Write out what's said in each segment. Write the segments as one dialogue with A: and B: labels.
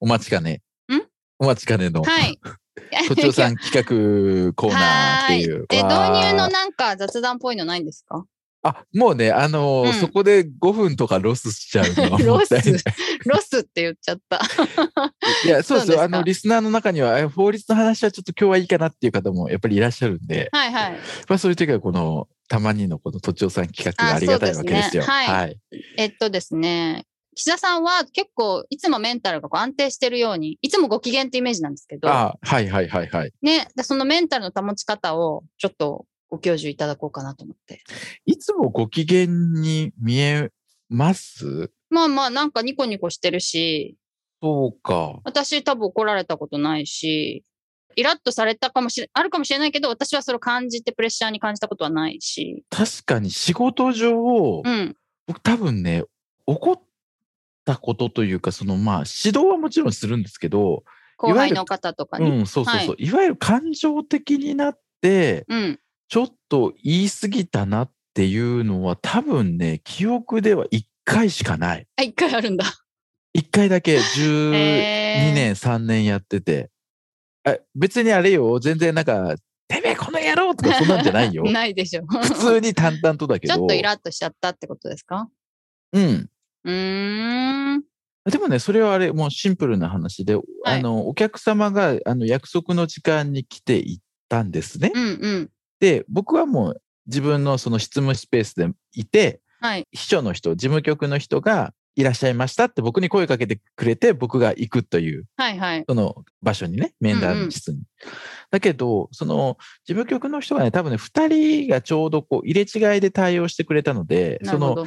A: お待ちかね。
B: ん
A: お待ちかねの、
B: はい
A: 都庁 さん企画コーナーっていう。
B: で導
A: わー
B: 入のなんか雑談っぽいのないんですか
A: あ、もうね、あのー
B: うん
A: そこで5分とかロスしちゃうのはも
B: ロ
A: っ
B: ス
A: たいない。
B: ロスって言っちゃった
A: いや、そうですよ。
B: そうですか
A: あの、リスナーの中には、あ法律の話はちょっと今日はいいかなっていう方もやっぱりいらっしゃるんで、
B: はいはい
A: まあそういう時は、この、たまにのこの都庁さん企画がありがたいわけですよ。。
B: あそうですねはいえっとですね、岸田さんは結構いつもメンタルがこう安定してるように、いつもご機嫌ってイメージなんですけど、
A: あはいはいはいはい。
B: ね、でそのメンタルの保ち方をちょっとご教授いただこうかなと思って。
A: いつもご機嫌に見えます
B: まあまあなんかニコニコしてるし、
A: そうか。
B: 私多分怒られたことないし、イラッとされたかもしれ、あるかもしれないけど、私はそれを感じてプレッシャーに感じたことはないし、
A: 確かに仕事上、
B: うん、
A: 僕多分ね怒ったことというかそのまあ指導はもちろんするんですけど、いわ
B: 後
A: ゆ
B: 輩
A: る
B: の方とか
A: う
B: に。
A: ん、そうそうそう、い、わゆる感情的になって
B: うん、
A: ちょっと言い過ぎたなっていうのは多分ね記憶では1回しかない
B: あ、一回あるんだ。
A: 1回だけ12
B: えー
A: 年3年やってて、あ別にあれよ全然なんか「てめえこの野郎!」とかそんなんじゃないよ
B: ないでしょ。
A: 普通に淡々とだけ
B: ち
A: ど
B: ょっとイラッとしちゃったってことですか
A: うん
B: うーん。
A: でもね、それはあれ、もうシンプルな話で、あの、お客様が、あの、約束の時間に来ていったんですね。
B: うんうん。
A: で、僕はもう自分のその執務スペースでいて、
B: はい。
A: 秘書の人、事務局の人がいらっしゃいましたって僕に声かけてくれて、僕が行くという、
B: はいはい。
A: その場所にね、面談室に。だけど、その事務局の人がね、多分ね、二人がちょうどこう入れ違いで対応してくれたので、
B: な
A: そ
B: るほ
A: の、
B: ど。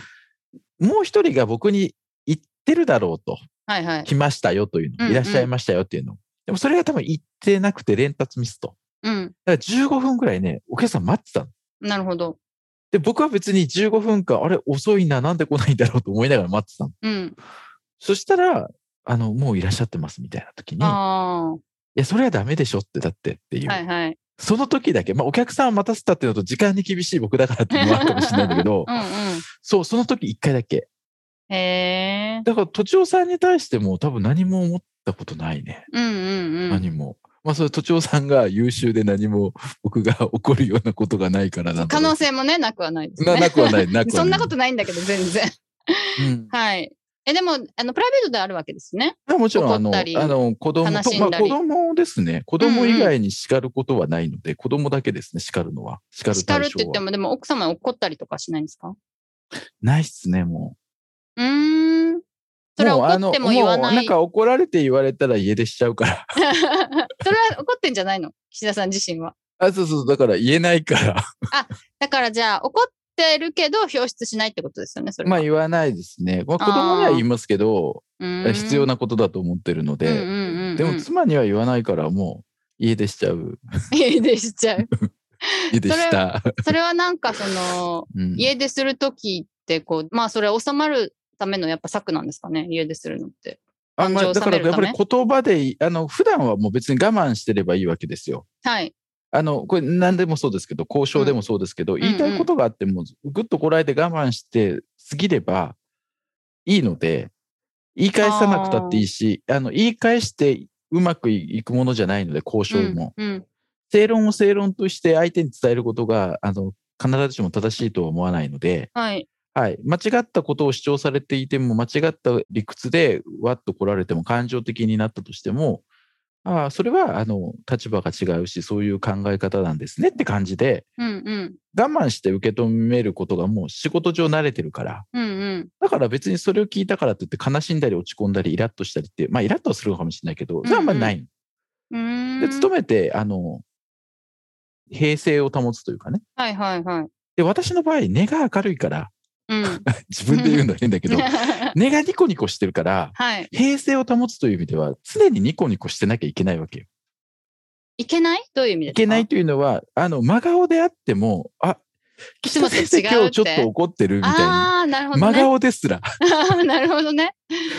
A: もう一人が僕に言ってるだろうと。
B: はいはい。
A: 来ましたよという
B: うん
A: の、
B: うん
A: いらっしゃいましたよっていうの。でもそれが多分言ってなくて連達ミスと。
B: うん。
A: だから15分くらいね、お客さん待ってたの。
B: なるほど。
A: で、僕は別に15分間、あれ遅いな、なんで来ないんだろうと思いながら待ってたの。
B: うん。
A: そしたら、あの、もういらっしゃってますみたいな時に、い
B: あ
A: や、それはダメでしょって、だってってい
B: あ。
A: う。
B: はいはい。、
A: その時だけ、まあお客さんを待たせたっていうのと時間に厳しい僕だからっていうのもあるかもしれないんだけど
B: うん
A: そう、その時一回だけ。
B: うん。へえ。
A: だから、都庁さんに対しても多分何も思ったことないね。
B: うんうんうん。
A: 何も。まあ、それ、都庁さんが優秀で何も僕が怒るようなことがないからなんだ
B: 可
A: ろう
B: 能性もね、なくはないです
A: な
B: ね。
A: なくは ない、なくはない。
B: そんなことないんだけど、全然。
A: うん
B: はい。え、でも、あの、プライベートであるわけですね。
A: もちろん、あ
B: 怒っ
A: の、
B: たり
A: あの子供
B: 悲
A: と、
B: しんだ
A: ま
B: り
A: あ、子供ですね。子供以外に叱ることはないので、子供だけですね、叱るのは。叱る
B: 叱
A: 対
B: る
A: 象
B: っ
A: は。
B: て言っても、でも奥様怒ったりとかしないんですか
A: ないっすね、も
B: うーん。
A: う。
B: それは
A: うあ
B: 怒
A: の
B: っても言わな。
A: うないん
B: それ
A: か
B: は
A: 怒られて言われたら家出しちゃうから。
B: 怒ってんじゃないの岸田さん自身は。
A: あ、そうそう、だから言えないから。
B: だからじゃあ、怒ってるけど表出しないってことですよね、それ
A: ま
B: は。
A: あ言わないですね。まあ、子供には言いますけど、
B: うーん
A: 必要なことだと思ってるので。
B: うんうんうんうん
A: でも妻には言わないからもう家出しちゃ う。
B: 家出しちゃう。
A: 家出した。
B: それはなんかその、
A: うん
B: 家出するときってこう、まあそれ収まるためのやっぱ策なんですかね、家出するのって。
A: あんま
B: 感情
A: りだか
B: を
A: ら
B: 冷める
A: やったぱ
B: め
A: り言葉でい、あの、普段はもう別に我慢してればいいわけですよ。
B: はい。
A: あの、これ何でもそうですけど、交渉でもそうですけど、
B: ん
A: 言いたいことがあっても、ぐっとこらえて我慢して過ぎればいいので、言い返さなくたっていいし、あの、言い返してうまくいくものじゃないので、交渉も。
B: うん。
A: 正論を正論として相手に伝えることが、あの、必ずしも正しいとは思わないので、
B: はい。
A: はい。間違ったことを主張されていても、間違った理屈でわっと来られても、感情的になったとしても、ああ、それは、あの、立場が違うし、そういう考え方なんですねって感じで、
B: うんうん。
A: 我慢して受け止めることがもう仕事上慣れてるから、
B: うんうん。
A: だから別にそれを聞いたからといって悲しんだり落ち込んだりイラッとしたりって、まあイラッとはするのかもしれないけど、それはあんまりない。
B: うーん。
A: で、勤めて、あの、平静を保つというかね。
B: はいはいはい。
A: で、私の場合、根が明るいから、
B: うん。
A: 自分で言うのは変だけ ど根がニコニコしてるから
B: はい。
A: 平静を保つという意味では常にニコニコしてなきゃいけないわけよ。
B: いけないどういう意味です
A: い
B: か
A: けないというのはあの真顔であってもあ
B: い
A: 岸
B: つも
A: 田
B: と
A: 先生
B: 違う
A: 今
B: って
A: 日ちょっと怒ってるみたいな。
B: ああー、なるほど
A: 真
B: ね。
A: 顔ですら。だ
B: なるほどね。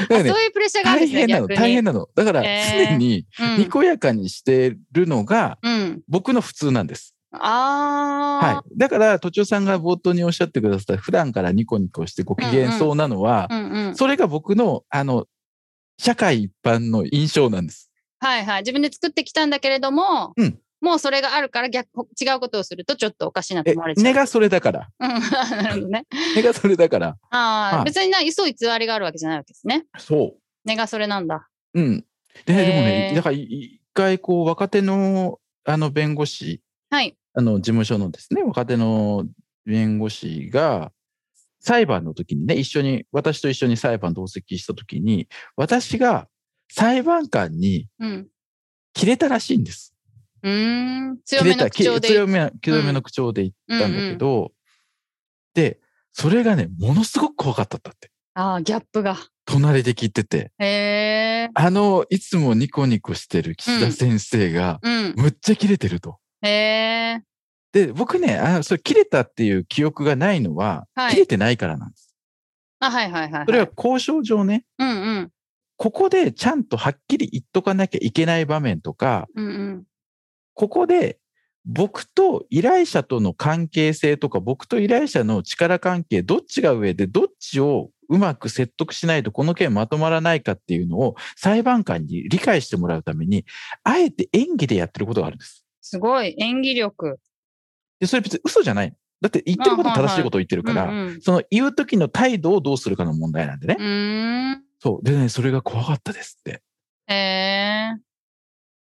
A: から
B: そ
A: ね
B: ういうプレッシャーがあるん
A: 大
B: ですね、
A: 変なの
B: 逆に。
A: 大変なの。だから
B: えー
A: 常ににこやかにしてるのが
B: うん。うん。
A: 僕の普通なんです。は
B: あ
A: い、だから、都庁さんが冒頭におっしゃってくださった、普段からニコニコしてご機嫌そうなのは
B: あ、、うんうん。
A: それが僕の、あの、社会一般の印象なんです。
B: はいはい。自分で作ってきたんだけれども、
A: うん
B: もうそれがあるから逆、違うことをするとちょっとおかしいなと
A: え
B: 思われ、ちゃ
A: 根
B: う。
A: がそれだから。
B: うん なるほどね。
A: 根がそれだから。
B: あ
A: は
B: あ、
A: い
B: 別にな、嘘偽りがあるわけじゃないわけですね。
A: そ
B: 根がそれなんだ。
A: う。うん。で、でもね
B: へ、ー
A: だからい、一回、こう、若手の、あの、弁護士、
B: はい。
A: あの、事務所のですね、若手の弁護士が、裁判の時にね、一緒に、私と一緒に裁判同席した時に、私が裁判官に
B: うん。
A: 切れたらしいんです。
B: うーん。強
A: 切
B: め
A: れ
B: の
A: た
B: 口調
A: き
B: で。
A: 強めな強めの口調で言ったんだけど、でそれがねものすごく怖かったんだって
B: ああ、ギャップが。
A: 隣で聞いてて
B: へえ。
A: あのいつもニコニコしてる岸田先生が、
B: うん。
A: むっちゃ切れてると。
B: へえ。
A: で僕ねあそれ切れたっていう記憶がないのは、
B: はい
A: 切れてないからなんです。
B: あ、はいはいはい、はい。
A: それは交渉上ね
B: うんうん。
A: ここでちゃんとはっきり言っとかなきゃいけない場面とか
B: うんうん。
A: ここで僕と依頼者との関係性とか、僕と依頼者の力関係、どっちが上で、どっちをうまく説得しないとこの件まとまらないかっていうのを裁判官に理解してもらうために、あえて演技でやってることがあるんです。
B: すごい。演技力。
A: で、それ別に嘘じゃないの。だって言ってることは正しいことを言ってる
B: う
A: か
B: んう
A: ら、
B: ん。
A: その言う時の態度をどうするかの問題なんでね
B: う。ーん。
A: そう。でね、それが怖かったですって。
B: へえ。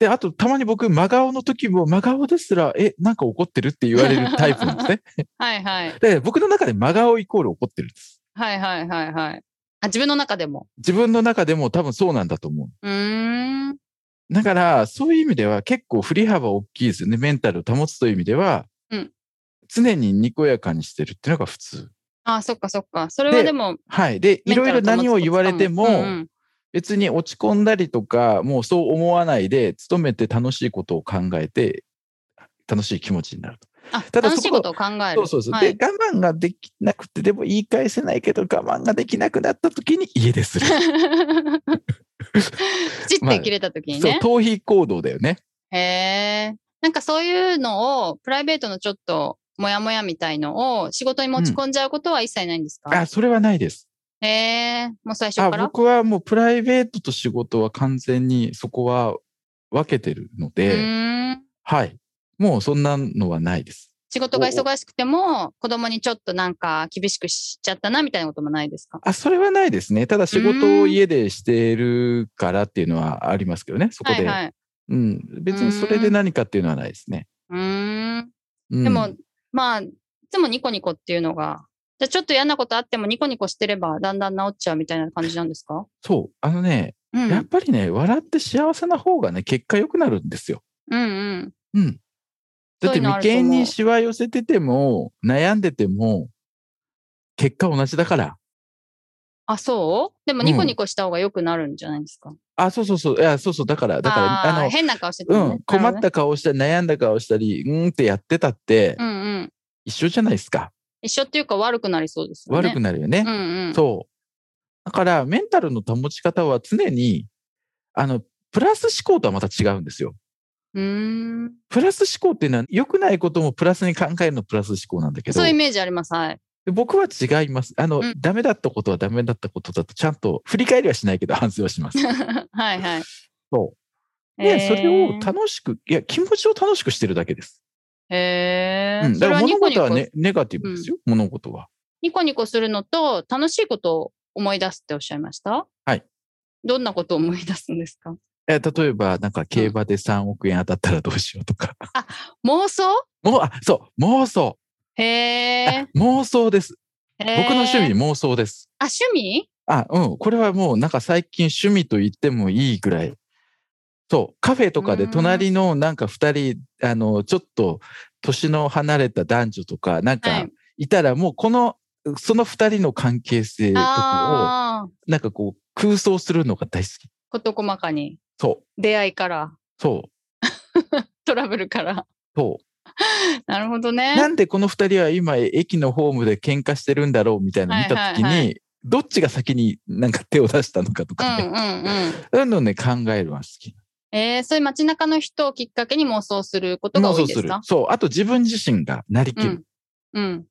A: で、あと、たまに僕、真顔の時も、真顔ですら、え、なんか怒ってるって言われるタイプなんですね。
B: はいはい。
A: で、僕の中で真顔イコール怒ってるんです。
B: はいはいはいはい。あ、自分の中でも。
A: 自分の中でも多分そうなんだと思
B: うーん。
A: う。だから、そういう意味では結構振り幅大きいですよね。メンタルを保つという意味では、
B: うん
A: 常ににこやかにしてるっていうのが普通。
B: あ、そっかそっか。それは
A: で
B: でも、
A: はい。で、い
B: メンタ
A: ろ
B: ル
A: いろ何を言われても、
B: 保つコツかうん
A: 別に落ち込んだりとか、もうそう思わないで、努めて楽しいことを考えて、楽しい気持ちになると。
B: あ、
A: ただ
B: 楽し
A: そ
B: い
A: こ
B: ことを考える。
A: そうそうそう。
B: はい、
A: で、我慢ができなくて、でも言い返せないけど、我慢ができなくなった時に家でする。
B: プチって切れた時に
A: そう、
B: ね。
A: 逃避行動だよね。
B: へえ。なんかそういうのを、プライベートのちょっと、もやもやみたいのを仕事に持ち込んじゃうことは一切ないんですか、
A: あ、それはないです。
B: へえ。もう最初
A: あ
B: から
A: 僕はもうプライベートと仕事は完全にそこは分けてるの
B: う
A: で、
B: ーん。
A: はい。もうそんなのはないです。
B: 仕事が忙しくても、子供にちょっとなんか厳しくしちゃったなみたいなこともないですか
A: あ、それはないですね。ただ仕事を家でしてるからっていうのはありますけどね、そこ
B: は
A: で。
B: いはい。
A: うん。別にそれで何かっていうのはないですね。
B: うーん。
A: うん
B: でも、まあ、いつもニコニコっていうのが、じゃあちょっと嫌なことあってもニコニコしてればだんだん治っちゃうみたいな感じなんですか
A: そう。あのね、
B: うん。う
A: やっ
B: ん
A: ぱりね、笑って幸せな方がね、結果良くなるんですよ。
B: うん。
A: うん。だって
B: そういうのあ
A: 眉
B: ると思
A: 間
B: う
A: にしわ寄せてても、悩んでても、結果同じだから。
B: あ、そうでも
A: うん
B: ニコニコした方が良くなるんじゃないですか、
A: あ、そうそうそう。いや、そうそう。だから、だから、
B: あ
A: あ
B: ー
A: の、
B: 変な顔してて
A: う
B: もね、
A: ん、困っ
B: なる
A: た顔したり、悩んだ顔したり、うーんってやってたって
B: ほ、どね。うんうん。
A: 一緒じゃないですか。
B: 一緒っていうか悪くなりそうですよね。
A: 悪くなるよね。
B: うんうん。
A: そう。だから、メンタルの保ち方は常に、あの、プラス思考とはまた違うんですよ。
B: うーん。
A: プラス思考っていうのは、良くないこともプラスに考えるのプラス思考なんだけど
B: そう、いうイメージあります。はい。
A: で僕は違います。あの、
B: うん
A: ダメだったことはダメだったことだと、ちゃんと振り返りはしないけど、反省はします。
B: はいはい。
A: そう。で、
B: へー
A: それを楽しく、いや、気持ちを楽しくしてるだけです。
B: へえ、
A: うん、
B: そ
A: だ
B: れ
A: から
B: はニ
A: 物
B: コニ
A: 事
B: コ、
A: はね、ネガティブですよ、物事は。
B: ニコニコするのと、楽しいことを思い出すっておっしゃいました
A: はい。
B: どんなことを思い出すんですか
A: え例えば、なんか競馬で3億円当たったらどうしようとか。
B: 妄想
A: もう、あ、そう、妄想。
B: へえ。
A: 妄想です。
B: 僕
A: 僕の趣味、妄想です。
B: あ、趣味
A: あ、うん、これはもうなんか最近趣味と言ってもいいぐらい。そう、カフェとかで
B: うん
A: 隣のなんか2人、あの、ちょっと年の離れた男女とか、なん
B: は
A: か
B: い。
A: いたらもうこの、その二人の関係性とか
B: ああ、
A: を、なんかこう、空想するのが大好き。
B: 事細かに。
A: そう、
B: 出会いから、
A: そう、
B: トラブルから。
A: そう。
B: なるほど
A: な
B: ね。
A: んでこの二人は今、駅のホームで喧嘩してるんだろうみたいなの見たときに、
B: はいはいは
A: どっちが先になんか手を出したのかと
B: うん
A: か
B: う
A: ね、
B: んうん。
A: そういうのね、考えるのが好き。
B: えー、そういう街中の人をきっかけに妄想することが多いです
A: る
B: か。
A: そう、あと自分自身がなりき
B: う
A: る。
B: ん。うん。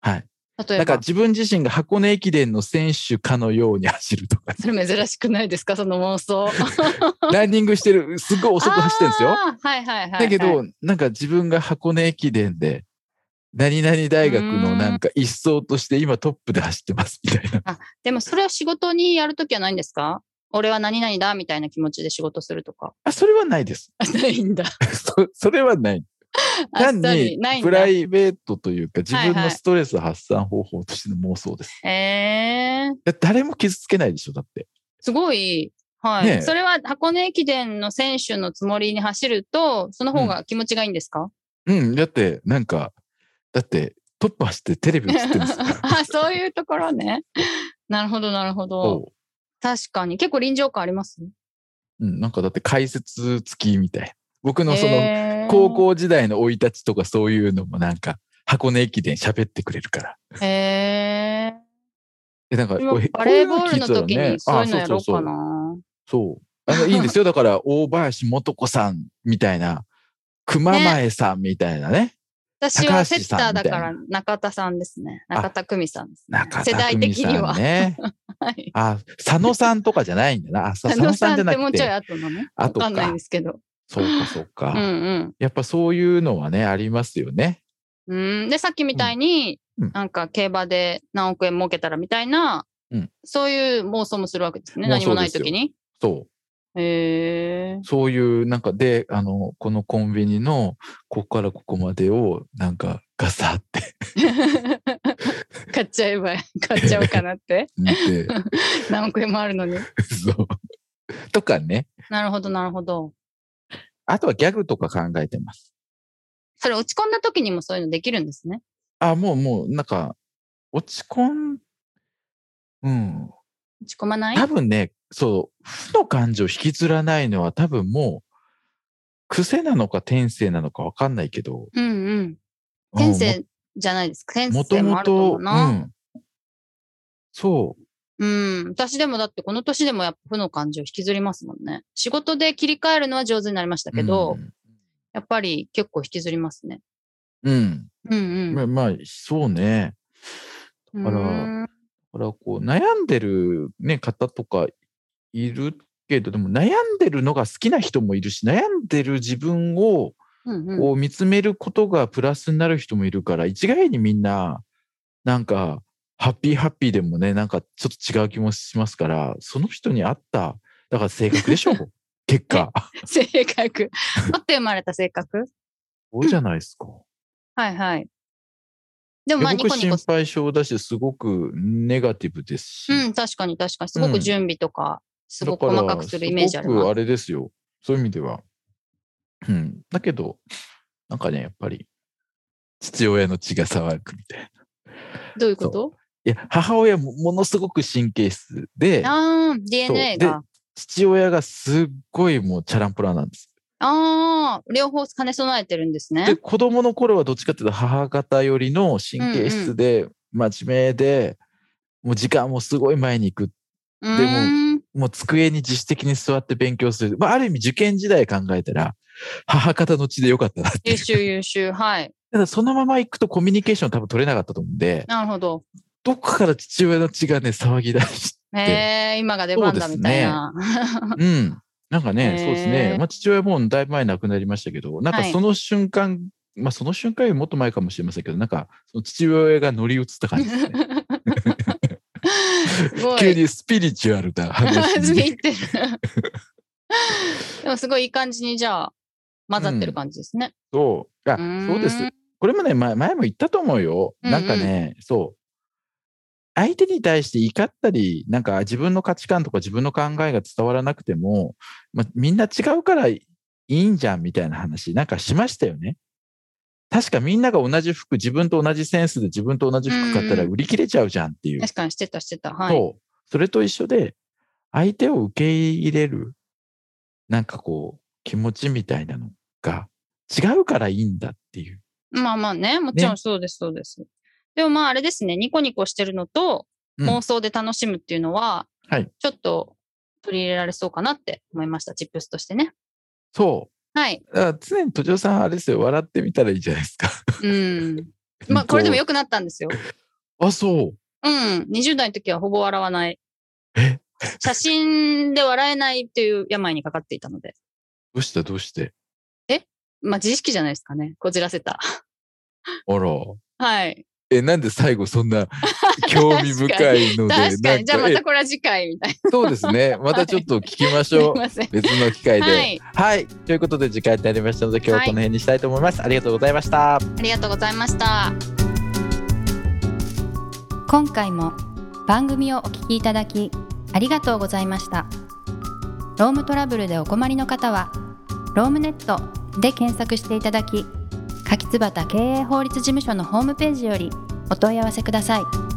A: はい。
B: 例え
A: なんか
B: ば、
A: 自分自身が箱根駅伝の選手かのように走ると か、
B: それ珍しくないですか、その妄 想。
A: ランニングしてる、すごい遅く走ってるんですよ。
B: あーはいはいはい、はい。
A: だけど、、なんか自分が箱根駅伝で、何々大学のなんか一走として今トップで走ってますみたいな。
B: でもそれを仕事にやるときはないんですか俺は何々だみたいな気持ちで仕事するとか。
A: あ、それは ないです。
B: ないん だ。
A: そそれはない。単
B: あっさ
A: に
B: りないんだ
A: プライベートというか自分
B: はいは
A: の
B: い
A: ストレス発散方法としての妄想です。
B: えー、
A: だって誰も傷つけないでしょ、だって。
B: すごい。はい、
A: ねえ
B: それは箱根駅伝の選手のつもりに走ると、その方が気持ちがいいんですか、
A: うん、だってなんか、だってトップ走ってテレビ映ってるんですよ。
B: あそういうところね。なるほど、なるほど。
A: そ
B: 確かに。結構臨場感あります
A: ううん、なんかだって解説付きみたい。僕のその
B: へー
A: 高校時代の生い立ちとかそういうのもなんか箱根駅伝喋ってくれるから。
B: へー
A: え、なんか、
B: 私も
A: これ
B: バレーボールの時にそういうのやろう。
A: こいの聞いたら
B: か
A: ね
B: な。
A: あそうそうそう。あの、いいですよ。だから、 大林素子さんみたいな、熊前さんみたいなね。
B: 私は
A: 高
B: セ
A: 橋
B: ッ
A: さん
B: ターだか
A: みたい
B: ら中田さんですね。
A: あ
B: 中田久美さんですね。
A: 中
B: 世
A: 田久
B: 代
A: 美
B: 的に
A: さ
B: は
A: ん。ね。
B: はい。
A: あ、佐野さんとかじゃないんだな。あ、佐
B: 佐
A: 野
B: 野
A: さ
B: さ
A: ん
B: ん
A: じゃ
B: っ
A: な
B: ても
A: く
B: うちょい
A: て。
B: 後なのわ
A: 後か
B: かんないですけど。
A: そうか、そうか。
B: うん
A: やっぱそういうのはね、ありますよね。
B: うん。うん、で、さっきみたいに、
A: うん
B: なんか競馬で何億円儲けたらみたいな、
A: うん
B: そういう妄想もするわけですね。
A: 妄
B: 何も
A: 想
B: な
A: で
B: い
A: すよ
B: 時に。
A: そう。
B: へえ。
A: そういう、なんかで、あの、このコンビニの、ここからここまでを、なんか、ガサって
B: 買っちゃえば、買っちゃおうかなって。
A: 見 て、
B: 何億円もあるのに。
A: そう。とかね。
B: なるほど、なるほど。
A: あとはギャグとか考えてます。
B: それ落ち込んだ時にもそういうのできるんですね。
A: あ、もう、もう、なんか、落ち込ん、うん。
B: 落ち込まない
A: 多分ね、そう、負の感情を引きずらないのは多分もう、癖なのか天性なのかわかんないけど、
B: うんうん。
A: うん
B: 天性じゃないですか。天
A: もと
B: 性も
A: も
B: あると思
A: と、
B: う
A: う
B: な。
A: ん。そう、
B: うん。私でもだってこの年でもやっぱ負の感情引きずりますもんね。仕事で切り替えるのは上手になりましたけど、やっぱり結構引きずりますね。
A: うん、
B: うん
A: う。
B: うんん。
A: まあ、まあ、そうね。
B: う
A: だから
B: ん
A: だからこう、悩んでる、ね、方とかいるけど、でも悩んでるのが好きな人もいるし、悩んでる自分を
B: うんうん
A: こう見つめることがプラスになる人もいるから、一概にみんな、なんか、ハッピーハッピーでもね、なんかちょっと違う気もしますから、その人に合った、だから性格でしょ 結果。
B: 性格。持って生まれた性格
A: そうじゃないですか。
B: はいはい。でもまあ
A: す
B: ニ
A: ごく
B: コニ
A: 心
B: コ。
A: 配性だし、すごくネガティブですし。
B: うん、確かに確かに。すご
A: う
B: く
A: ん
B: 準備とか、すごく
A: だら
B: 細かくするイメージありますす
A: ごく。あれですよ。そういう意味では。うん。だけど、なんかね、やっぱり、父親の血が騒ぐみたいな。い
B: どういうこと
A: や、母親もものすごく神経質で、
B: ああ、DNA
A: で
B: が。
A: 父親がすっごいもうチャランポランなんです。
B: ああ、両方兼ね備えてるんです
A: で、
B: ね。
A: 子供の頃はどっちかっていうと母方よりの神経質で、真面目で、もう時間もすごい前に行く。
B: うーん。
A: もう机に自主的に座って勉強する。まあ、ある意味受験時代考えたら、母方の血でよかったなってい
B: 優
A: う。
B: 秀優秀。はい。
A: ただそのまま行くとコミュニケーション多分取れなかったと思うんで、
B: なるほど。
A: どっかから父親の血がね、騒ぎ出して、
B: へえ、今が出番だみたいな。
A: うん。なんかね、
B: へー
A: そうですね。まあ、父親もうだいぶ前亡くなりましたけど、なんか
B: はい
A: その瞬間、まあその瞬間よりもっと前かもしれませんけど、なんかその父親が乗り移った感じですね。
B: すご
A: 急
B: い。
A: にスピリチュアルな話
B: 弾
A: に。
B: いてる。でもすごいいい感じにじゃあ、混ざってる感じですね。
A: そう。あ、
B: ーん
A: そうです。これもね、前前も言ったと思うよ。
B: うんうん
A: なんかね、そう。相手に対して怒ったり、なんか自分の価値観とか自分の考えが伝わらなくても、まあ、みんな違うからいいんじゃんみたいな話、なんかしましたよね。確かみんなが同じ服、自分と同じセンスで自分と同じ服買ったら
B: うん
A: 売り切れちゃうじゃんっていう。
B: 確かにしてた、してた。はい。
A: と、それと一緒で、相手を受け入れる、なんかこう、気持ちみたいなのが違うからいいんだっていう。
B: まあまあね、もちろんそうです、そうです。でもまああれですね、ニコニコしてるのと、
A: うん
B: 妄想で楽しむっていうのは、
A: はい
B: ちょっと取り入れられそうかなって思いました、チップスとしてね。
A: そ
B: はい。
A: う。だから常に都城さん、あれですよ、笑ってみたらいいじゃないですか。
B: うん。 まあこれでも
A: よ
B: 良くなったんですよ。
A: あ、そう。
B: うん。20代の時はほぼ笑わない
A: え。
B: 写真で笑えないという病にかかっていたので。
A: どうしたどうして
B: まあ自意識じゃないですかね。こじらせた。
A: あら。
B: はい。
A: え、なんで最後そん な興味深いので。
B: 確かに。じゃ
A: な
B: あ
A: ん
B: ま
A: か
B: たこれは次回みたいな。
A: えそうですね。またちょっと聞きまし
B: すい
A: ょ う。
B: ません。
A: 別の機会で。は
B: はいい、
A: ということで時間になりましたので今日はこの辺にしたいと思います。ありがとうございました。
B: ありがとうございました。
C: 今回も番組をお聞きいただきありがとうございましたロームトラブルでお困りの方は「ロームネット」で検索していただき柿椿経営法律事務所のホームページよりお問い合わせください